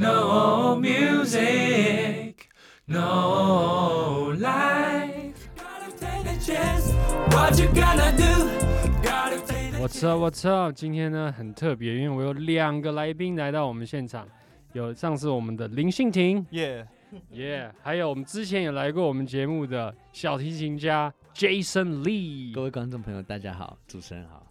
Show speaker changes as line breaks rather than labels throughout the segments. No music, no life. Gotta take a chance. What you gonna do? Gotta take a
What's up, What's up？今天呢很特别，因为我有两个来宾来到我们现场，有上次我们的林信廷，
耶、
耶、还有我们之前也来过我们节目的小提琴家 Jason Lee。
各位观众朋友，大家好，主持人好。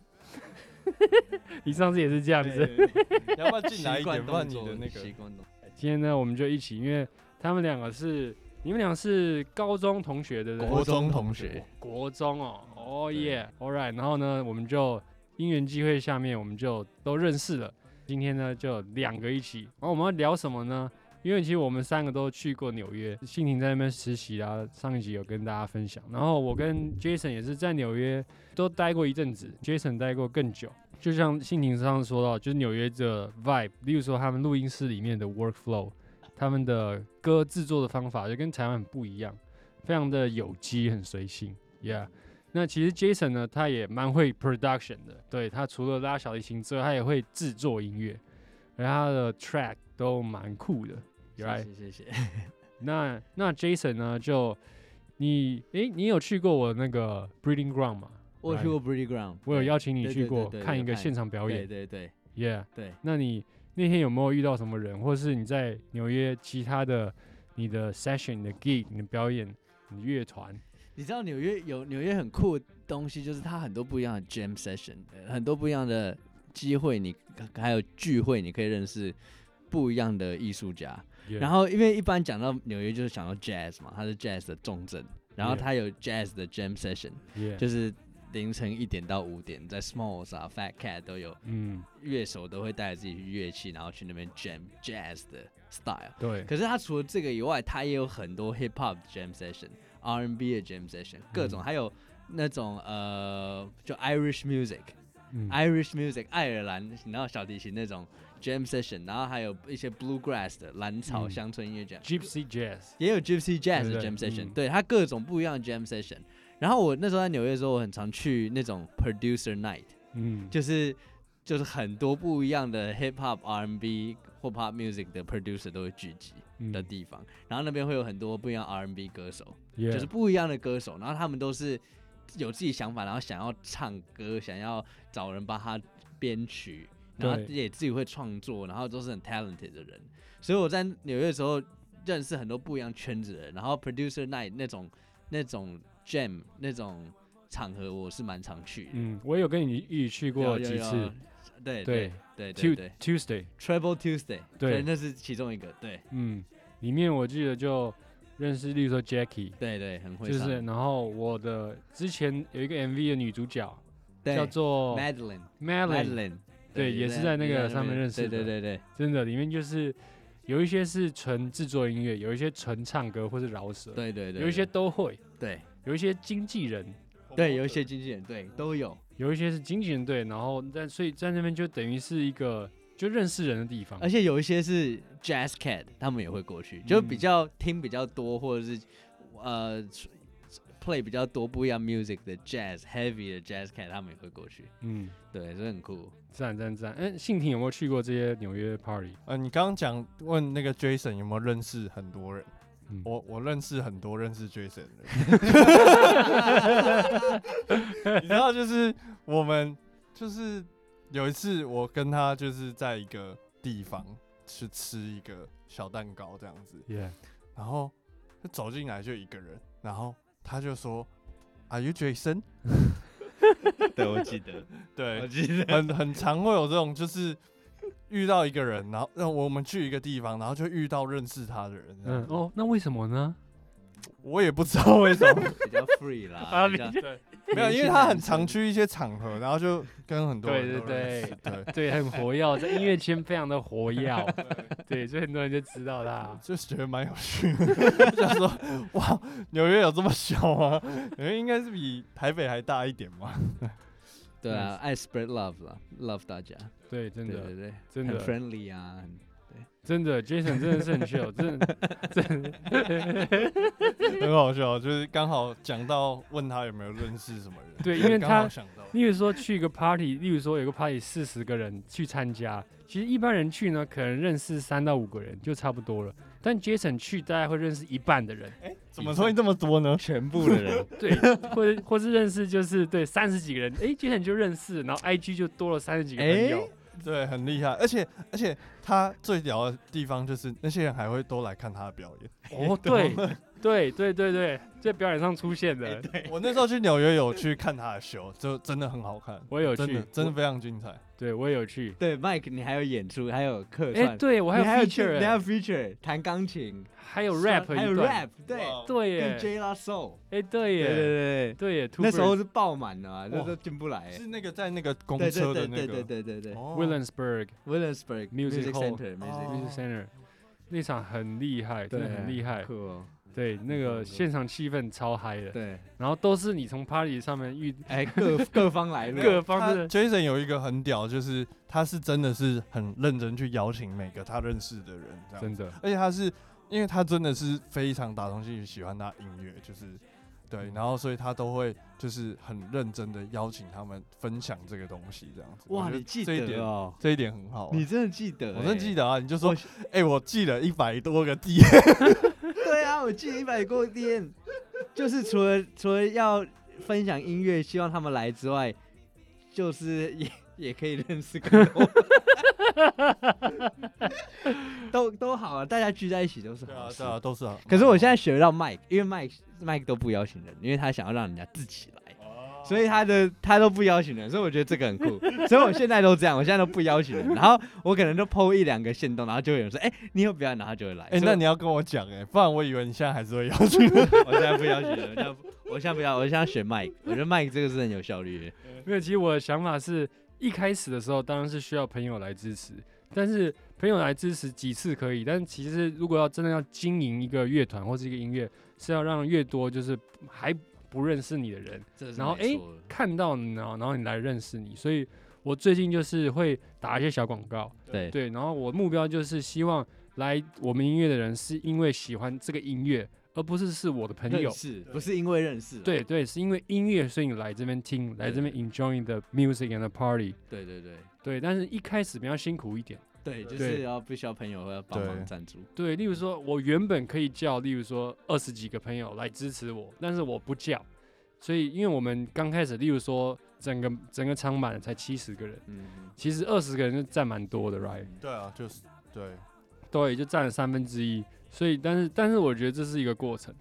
你上次也是这样子。
哎你要不要进来一
习惯
点？不然
动
你
作
的那
习
个
惯动作
今天呢，我们就一起，因为他们两个是你们俩是高中同学，对不对？
国中同学，
国中哦，哦耶，All right。然后呢，我们就因缘机会下面我们就都认识了。今天呢，就有两个一起。然后我们要聊什么呢？因为其实我们三个都去过纽约，信婷在那边实习啊，上一集有跟大家分享。然后我跟 Jason 也是在纽约都待过一阵子，Jason 待过更久。就像信婷上次说到，就是纽约的 vibe，例如说他们录音室里面的 workflow，他们的歌制作的方法就跟台湾很不一样，非常的有机，很随性，Yeah。那其实 Jason 呢，他也蛮会 production 的，对他除了拉小提琴之外，他也会制作音乐，而他的 track 都蛮酷的，Right？
谢谢谢谢。
那那 Jason 呢，就你诶，你有去过我那个 breeding ground 吗？
我有去过 Breedy Ground，
我有邀
要
请你
对
去
对对
过
对
看
有
一个
看
现场表
对
演
对对
，Yeah。
对，
那你那天有没有遇到什么人，或是你在纽约其他的你的 session、你的 gig、你的表演、你的乐团？
你知道纽约有纽约很酷的东西，就是它很多不一样的 jam session，呃很多不一样的机会你，还有聚会，你可以认识不一样的艺术家。然
后
后，因为一般讲到纽约就是想到 jazz 嘛，它是 jazz 的重镇，然后
Yeah
它有 jazz 的 jam session，
yeah,
就是凌晨一点到五点，在 Smalls 啊、Fat Cat 都有
嗯，
乐手都会带着自己去乐器，然后去那边 jam jazz 的 style。
对，
可是他除了这个以外，他也有很多 hip hop 的 jam session、R&B 的 jam
嗯
session，各种，还有那种呃，就 Irish music、
嗯
Irish music 爱尔兰，然后小提琴那种 jam session，然后还有一些 bluegrass 的蓝草
嗯
乡村音乐这样。
，Gypsy Jazz，
也有 Gypsy Jazz
对对
的 Jam Session，
嗯
对它各种不一样的 Jam Session。然后我那时候在纽约的时候，我很常去那种 Producer Night，
嗯，
就是就是很多不一样的 Hip Hop、R&B 或 Pop Music 的 Producer 都会聚集
嗯
的地方。然后那边会有很多不一样 R&B 歌手，
yeah,
就是不一样的歌手，然后他们都是有自己想法，然后想要唱歌，想要找人帮他编曲，然后
对
也自己会创作，然后都是很 talented 的人。所以我在纽约的时候认识很多不一样圈子的人，然后 producer night 那种那种 jam 那种场合，我是蛮常去的。
嗯，我有跟你一起去过
有
几？
有有
次
对
对
对对
，Tu
对对
Tuesday，
，Travel Tuesday，
对
那是其中一个，对
嗯，里面我记得就认识，例如说 Jackie，
对对，很会
就
唱，
是然后我的之前有一个 MV 的女主角
对
叫做
Madeline
Madeline，
Madeline，
对也是在那个上面认识
对
的
对对对，
真的里面就是有一些是纯制作音乐，有一些纯唱歌或是饶舌，
对对对，
有一些都会，
对
有一些经纪人，
对，有一些经纪人对都有，
有一些是经纪人队，然后但所以在那边就等于是一个就认识人的地方
而，且有一些是 Jazz Cat，他们也会过去，就比
嗯
较听比较多，或者是呃 play 比较多不一样 music 的 Jazz Heavy 的 Jazz Cat，他们也会过去，
嗯，
对，所以很酷。
赞赞赞。嗯，信婷有没有去过这些纽约 party？
呃，你刚刚讲问那个 Jason 有没有认识很多人？
嗯
我我认识很多认识 Jason 的人，你知道，就是我们就是有一次我跟他就是在一个地方去吃一个小蛋糕这样子，
耶，
然后就走进来就一个人，然后他就说：“Are you Jason？”
对，我记 得，
对，
记 得，
很很常会有这种，就是遇到一个人，然后让我们去一个地方，然后就遇到认识他的人。
嗯
嗯，
哦，那为什么呢？
我也不知道为什 么，
比较 free 啦，比较
对
没有，因为他很常去一些场合，然后就跟很多人
对
都认识
对
对
对对，很活 跃，在音乐圈非常的活 跃，对，所以很多人就知道他。
就是觉得蛮有趣的， 就想说哇，纽约有这么小吗？纽约应该是比台北还大一点嘛。
对啊，爱 spread love 啦，love 大家，
对，真
对
的
对对，
真
很
的
friendly 啊，很
真的，Jason 真的是很 chill，真的真的。
很好笑，就是刚好讲到问他有没有认识什么人，
对因为
刚
他
好想到，
例如说去一个 party，例如说有个 party 四十个人去参加，其实一般人去呢，可能认识三到五个人就差不多了。但 Jason 去大概会认识一半的人，
怎么说你这么多呢？
全部的人，
对，或者或是认识就是对三十几个人，诶 j a s o n 就认识，然后 IG 就多了三十几个朋友，
对，很厉害，而且而且他最屌的地方就是那些人还会都来看他的表演。
哦，对， 对对对对，在表演上出现的，
我那时候去纽约有去看他的秀，就真的很好看，
我有
真的
去，
真的
我
非常精彩。
对我也有去，
对，Mike，你还有演出，还有客
诶，
串，
对我还有
你还有去
feature，
你还有
欸
feature 弹钢琴，
还有 rap
还有
一段，
rap，对，
哇
对
跟
耶，
J La Soul，
诶，对
对对
耶，
对对，
对耶，
那时候
Tuber-
是爆满的啊，那时候
哇
进不来，
是那个在那个公
对
车
对
的
对
那
对对
个
对对对
哦
Williamsburg
，Williamsburg
Music Hall
Center Music，
哦
Music Center 那场很厉害，真的
对
很厉害，
酷哦，
对，那
酷
个
酷
现场气氛超嗨的，
对，
然后都是你从 party 上面遇
哎，各 各方来了，
各方
他
真的
Jason 有一个很屌，就是他是真的是很认真去邀请每个他认识的人，
啊
这样
真的。
而且他是因为他真的是非常打从心里喜欢他音乐，就是对，然后所以他都会就是很认真的邀请他们分享这个东西，这样子。我
哇，
觉得
你记
这一
得
点，
哦，
这一点很好啊、
你真的记得，
我真记
得，
得啊，你就说
我，
哎、我记了一百多 个 D，
对啊，我记一百个店，就是除了除了要分享音乐，希望他们来之外，就是也也可以认识更多， 都都好啊，大家聚在一起都是
对
好
啊，
事。
对啊，都是啊。
可是我现在学到 Mike，因为 Mike Mike 都不邀请人，因为他想要让人家自己来。
哦
所以他的他都不邀请人，所以我觉得这个很 酷。所以我现在都这样，我现在都不邀请人，然后我可能就 PO 一两个线动，然后就会有人说：“哎、你有表演？”然后他就会来。
哎、
所以
那
我
你要跟我讲哎、不然我以为你现在还是会邀请。
我现在不邀请人，我现在不我现在不要，我现在要选 Mike，我觉得 Mike 这个是很有效率的。
没有，其实我的想法是一开始的时候当然是需要朋友来支持，但是朋友来支持几次可以，但其实如果要真的要经营一个乐团或是一个音乐，是要让越多就是还不认识你的人
这
然后
哎
诶，看到你，然后然后你来认识你，所以我最近就是会打一些小广告，
对
对，然后我目标就是希望来我们音乐的人是因为喜欢这个音乐，而不是是我的朋友
认。识不是因为认识啊，
对对，是因为音乐，所以你来这边听，来这边 enjoy the music and the party。
对对对
对，但是一开始比较辛苦一点。
对，就
对
是要必须要朋友或要帮
对
忙赞助，
对，例如说，我原本可以叫，例如说二十几个朋友来支持我，但是我不叫，所以因为我们刚开始，例如说整个整个场满才七十个人，
嗯，
其实二十个人就占蛮多的，right？
对啊，就是对，
对，就占了三分之一。所以，但是但是我觉得这是一个过程。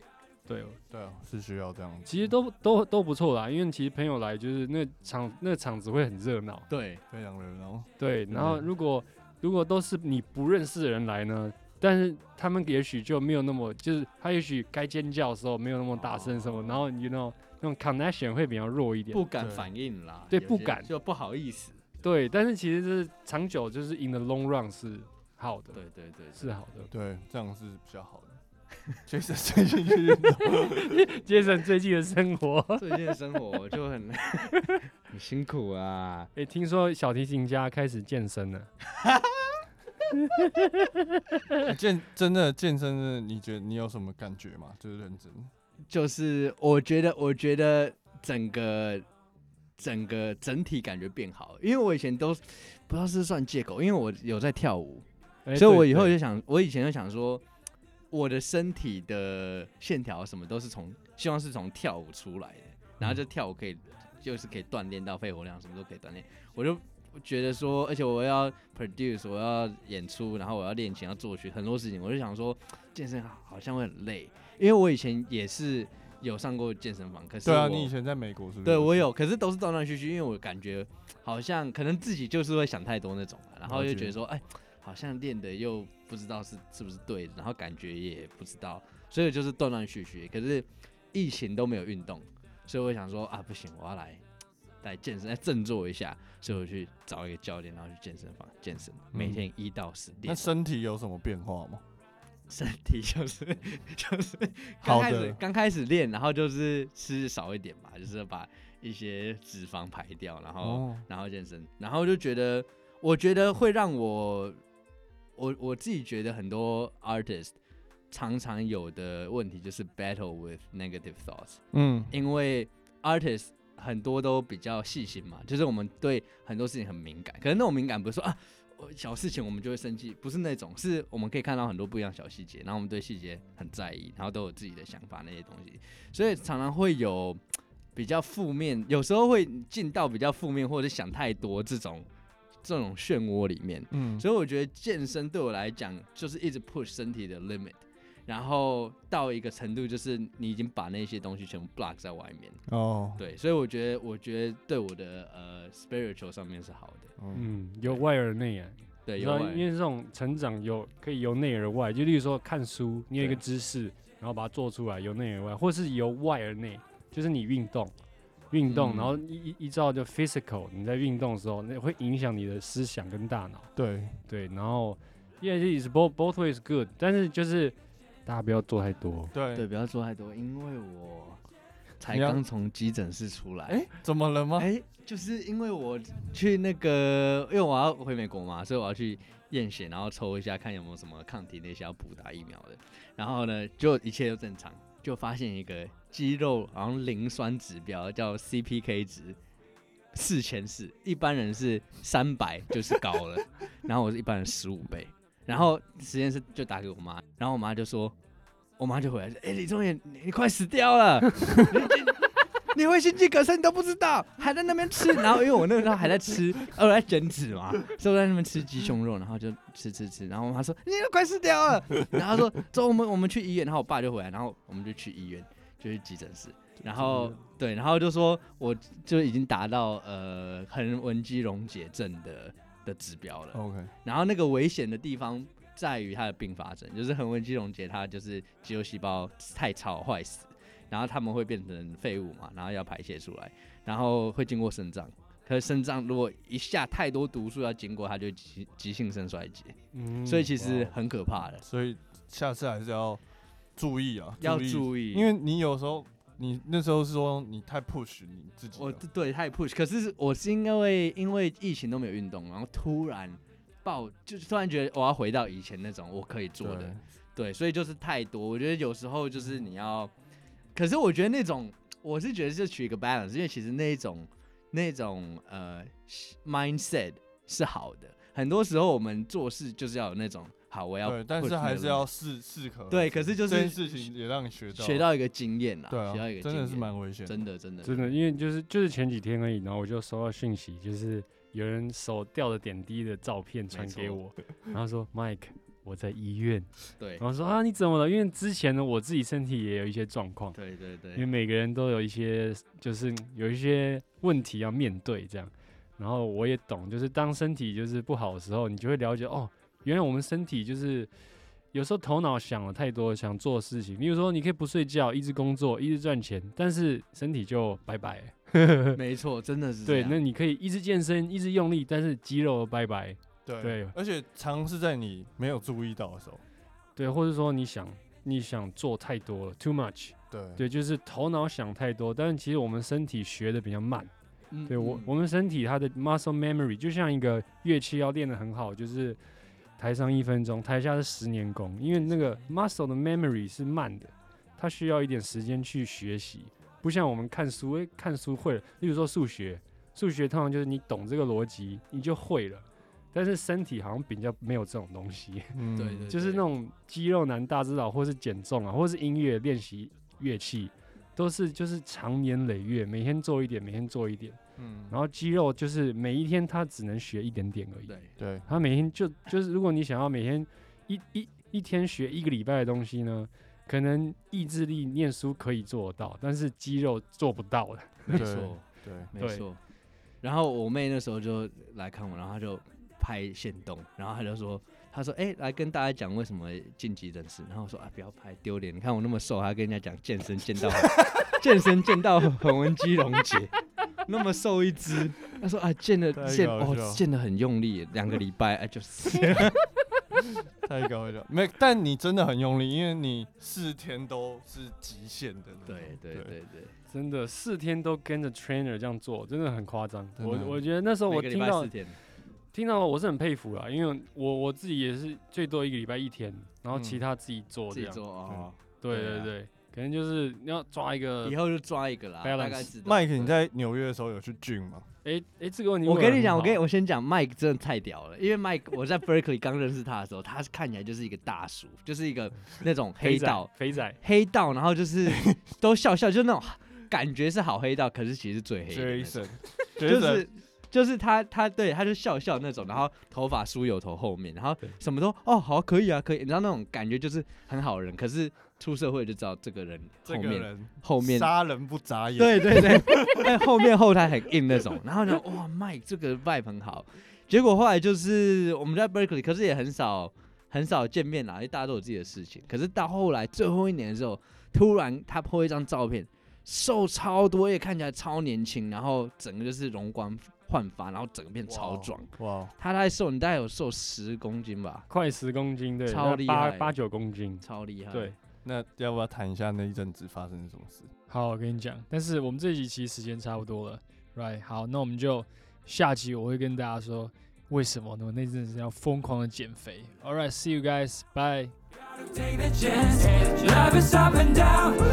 对，
对啊，是需要这样子。
其实都都都不错啦，因为其实朋友来就是那场那场子会很热闹。
对，
非常热闹。
对，然后
嗯
如果、如果都是你不认识的人来呢，但是他们也许就没有那么，就是他也许该尖叫的时候没有那么大声什么，然后你 you know 那种 connection 会比较弱一点。
不敢
对
反应啦，
对
有
不
些
敢
就不好意思，
对，但是其实是长久就是 in the long run 是好的，
对对对，
是好的。
对，这样是比较好的。Jason 最近去运动，
杰森最近的生活，
最近的生活就很 很辛苦啊，
诶，听说小提琴家开始健身了，
健真的健身真的，你觉得你有什么感觉吗？就是认真。
就是我觉得，我觉得整个整个整体感觉变好，因为我以前都不知道是不是算借口，因为我有在跳舞，
哎
诶
所以
哎对
我以后
对
就想，我以前就想说，我的身体的线条什么都是从希望是从跳舞出来的，然
嗯
后就跳舞可以就是可以锻炼到肺活量，什么都可以锻炼。我就觉得说，而且我要 produce，我要演出，然后我要练琴，要作曲，很多事情，我就想说健身好像会很累，因为我以前也是有上过健身房，可是
对啊，
我
你以前在美国是不是？
对我。有，可是都是断断续续，因为我感觉好像可能自己就是会想太多那种吧，然后
了
就
解
觉得说，哎，好像练的又不知道是是不是对的，然后感觉也不知道，所以就是断断续续。可是疫情都没有运动，所以我想说啊，不行，我要来来健身，来振作一下，所以我去找一个教练，然后去健身房健身，每
嗯
天一到十
那
练。
身体有什么变化吗？
身体 就是就是刚
好
开
的
始刚开始练，然后就是吃少一点嘛，就是要把一些脂肪排掉，然后、
哦，
然后健身，然后就觉得，我觉得会让我我我自己觉得很多 artist 常常有的问题就是 battle with negative thoughts，
嗯
因为 artist 很多都比较细心嘛，就是我们对很多事情很敏感，可是那种敏感不是说啊我小事情我们就会生气，不是那种，是我们可以看到很多不一样的小细节，然后我们对细节很在意，然后都有自己的想法那些东西，所以常常会有比较负面，有时候会进到比较负面或者想太多这种这种漩涡里面。
嗯，
所以我觉得健身对我来讲就是一直 push 身体的 limit，然后到一个程度就是你已经把那些东西全部 block 在外面。
哦，
对，所以我觉得，我觉得对我的呃 spiritual 上面是好的。
嗯
嗯，由外而内啊，
对，
你知
有
道，
外
因为这种成长有可以由内而外，就例如说看书，你有一个
对
知识，然后把它做出来，由内而外，或是由外而内，就是你运动，运动，
嗯
然后依依依照就 physical，你在运动的时候，那会影响你的思想跟大脑，
对，
对，然后 yeah is both both ways good，但是就是大家不要做太多，
对，
对，
不要说太多，因为我才
你要
刚从急诊室出来。
哎，怎么了吗？
哎、就是因为我去那个，因为我要回美国嘛，所以我要去验血，然后抽一下看有没有什么抗体那些要补打疫苗的。然后呢，就一切都正常，就发现一个肌肉好像磷酸指标叫 CPK 值四千四，一般人是三百就是高了，然后我是一般人十五倍。然后实验室就打给我妈，然后我妈就说，我妈就回来说，哎、李宗远，你你快死掉 了。你会心肌梗塞，你都不知道，还在那边吃。然后因为我那个时候还在吃， 呃，我在减脂嘛，所以我在那边吃鸡胸肉，然后就吃吃吃。然后我妈说你都快死掉了， 然后她说走，我们我们去医院。然后我爸就回来，然后我们就去医院，就去急诊室。然后对，然后就说我就已经达到呃横纹肌溶解症的的指标了。
，OK，
然后那个危险的地方在于它的并发症，就是横纹肌溶解，它就是肌肉细胞太吵坏死，然后它们会变成废物嘛，然后要排泄出来，然后会经过肾脏。可是肾脏如果一下太多毒素要经过，它就急急性肾衰竭，
嗯，
所以其实
哇哦
很可怕的，
所以下次还是要注意啊，
要
意，
注意。
因为你有时候你那时候是说你太 push 你自己
我
了，
对太 push，可是我是因为因为疫情都没有运动，然后突然爆，就是突然觉得我要回到以前那种我可以做的
对，
对，所以就是太多。我觉得有时候就是
嗯
你要，可是我觉得那种，我是觉得是取一个 balance，因为其实那一种那种呃 mindset 是好的。很多时候我们做事就是要有那种好，我要
对，但
push
是
那
还
个
是要适适可而止。
对可是就是
这件事情也让你学到啊
学到一个经验啦，
对啊
学到一，个经
真
验
的是蛮危险的。
真的真的
真的，因为就是就是前几天而已，然后我就收到讯息，就是有人手吊着点滴的照片传给我，然后说 Mike 我在医院，
对
然后说啊你怎么了？因为之前呢我自己身体也有一些状况，
对对对
因为每个人都有一些就是有一些问题要面对这样，然后我也懂，就是当身体就是不好的时候，你就会了解哦，原来我们身体就是。有时候头脑想了太多想做的事情，比如说你可以不睡觉，一直工作，一直赚钱，但是身体就拜拜了。
没错，真的是这
对，
样
那你可以一直健身，一直用力，但是肌肉拜拜。
对
对
而且常是在你没有注意到的时候。
对，或者说你想你想做太多了，too much。
对，
对，就是头脑想太多，但是其实我们身体学的比较慢。
嗯
对我
嗯，
我们身体它的 muscle memory 就像一个乐器要练得很好，就是台上一分钟，台下是十年功，因为那个 muscle 的 memory 是慢的，它需要一点时间去学习，不像我们看书，诶，看书会了，例如说数学，数学通常就是你懂这个逻辑，你就会了。但是身体好像比较没有这种东西，
嗯
对对
就是那
对
种肌肉男大指导，或是减重啊，或是音乐练习乐器，都是就是长年累月，每天做一点，每天做一点。
嗯
然后肌肉就是每一天他只能学一点点而已。
对
对，
他每天就就是，如果你想要每天一一一天学一个礼拜的东西呢，可能意志力念书可以做得到，但是肌肉做不到的。
没
对
错。
对，
没
对
错。然后我妹那时候就来看我，然后她就拍线动，然后她就说，她说，哎、来跟大家讲为什么进急诊室。然后我说啊，不要拍丢脸，你看我那么瘦，还跟人家讲健身健到健身健到横纹肌溶解，那么瘦一只。她说啊，健的
太
健
搞
哦
笑，
健的很用力，两个礼拜哎、就死了。
太高了。没，但你真的很用力，因为你四天都是极限的那种。
对对对对，
真的，四天都跟着 trainer 这样做，真的很夸张。
真的
我我觉得那时候我
每个礼
听
拜
到
四天，
听到我是很佩服啦，因为我我自己也是最多一个礼拜一天，然后其
嗯
他自己做
自
这
己
样。
做哦，
对
对
对
啊
对，可能就是你要抓一个
以，后就抓一个啦，大概
嗯 Balance
知道。
麦克，
对
你在纽约的时候有去 gym 吗？
哎哎，这个问题
我
问得
跟你
很
讲，我
好
跟我先讲，Mike 真的太屌了，因为 Mike 我在 Berkeley 刚认识他的时候，他是看起来就是一个大叔，就是一个那种黑
仔
道，
肥仔，
黑道，然后就是都笑笑，就是那种感觉是好黑道，可是其实是最黑的那种， 就
Jason，
是。就是他，他对他就笑笑那种，然后头发梳油头后面，然后
对
什么都哦好可以啊可以，你知道那种感觉就是很好人，可是出社会就知道这个人后
这
面
个人
后面
杀人不眨眼，
对对对， 但后面后台很硬那种。然后呢，哇，Mike 这个 vibe 很好。结果后来就是我们在 Berkeley，可是也很少很少见面啦，因为大家都有自己的事情。可是到后来最后一年的时候，突然他 po 一张照片，瘦超多，也看起来超年轻，然后整个就是容光焕发，然后整个变超
哇哦
壮。
哇，
他大概瘦，你大概有瘦十公斤吧，
快十公斤，对，
超
那
厉
八
害
八九公斤，
超厉害。
对。
那要不要谈一下那一阵子发生什么事？
好，我跟你讲，但是我们这一集其实时间差不多了，right？好，那我们就下集我会跟大家说为什么呢？我那阵子要疯狂的减肥。All right，see you guys，bye。Gotta take the chance. Love is up and down.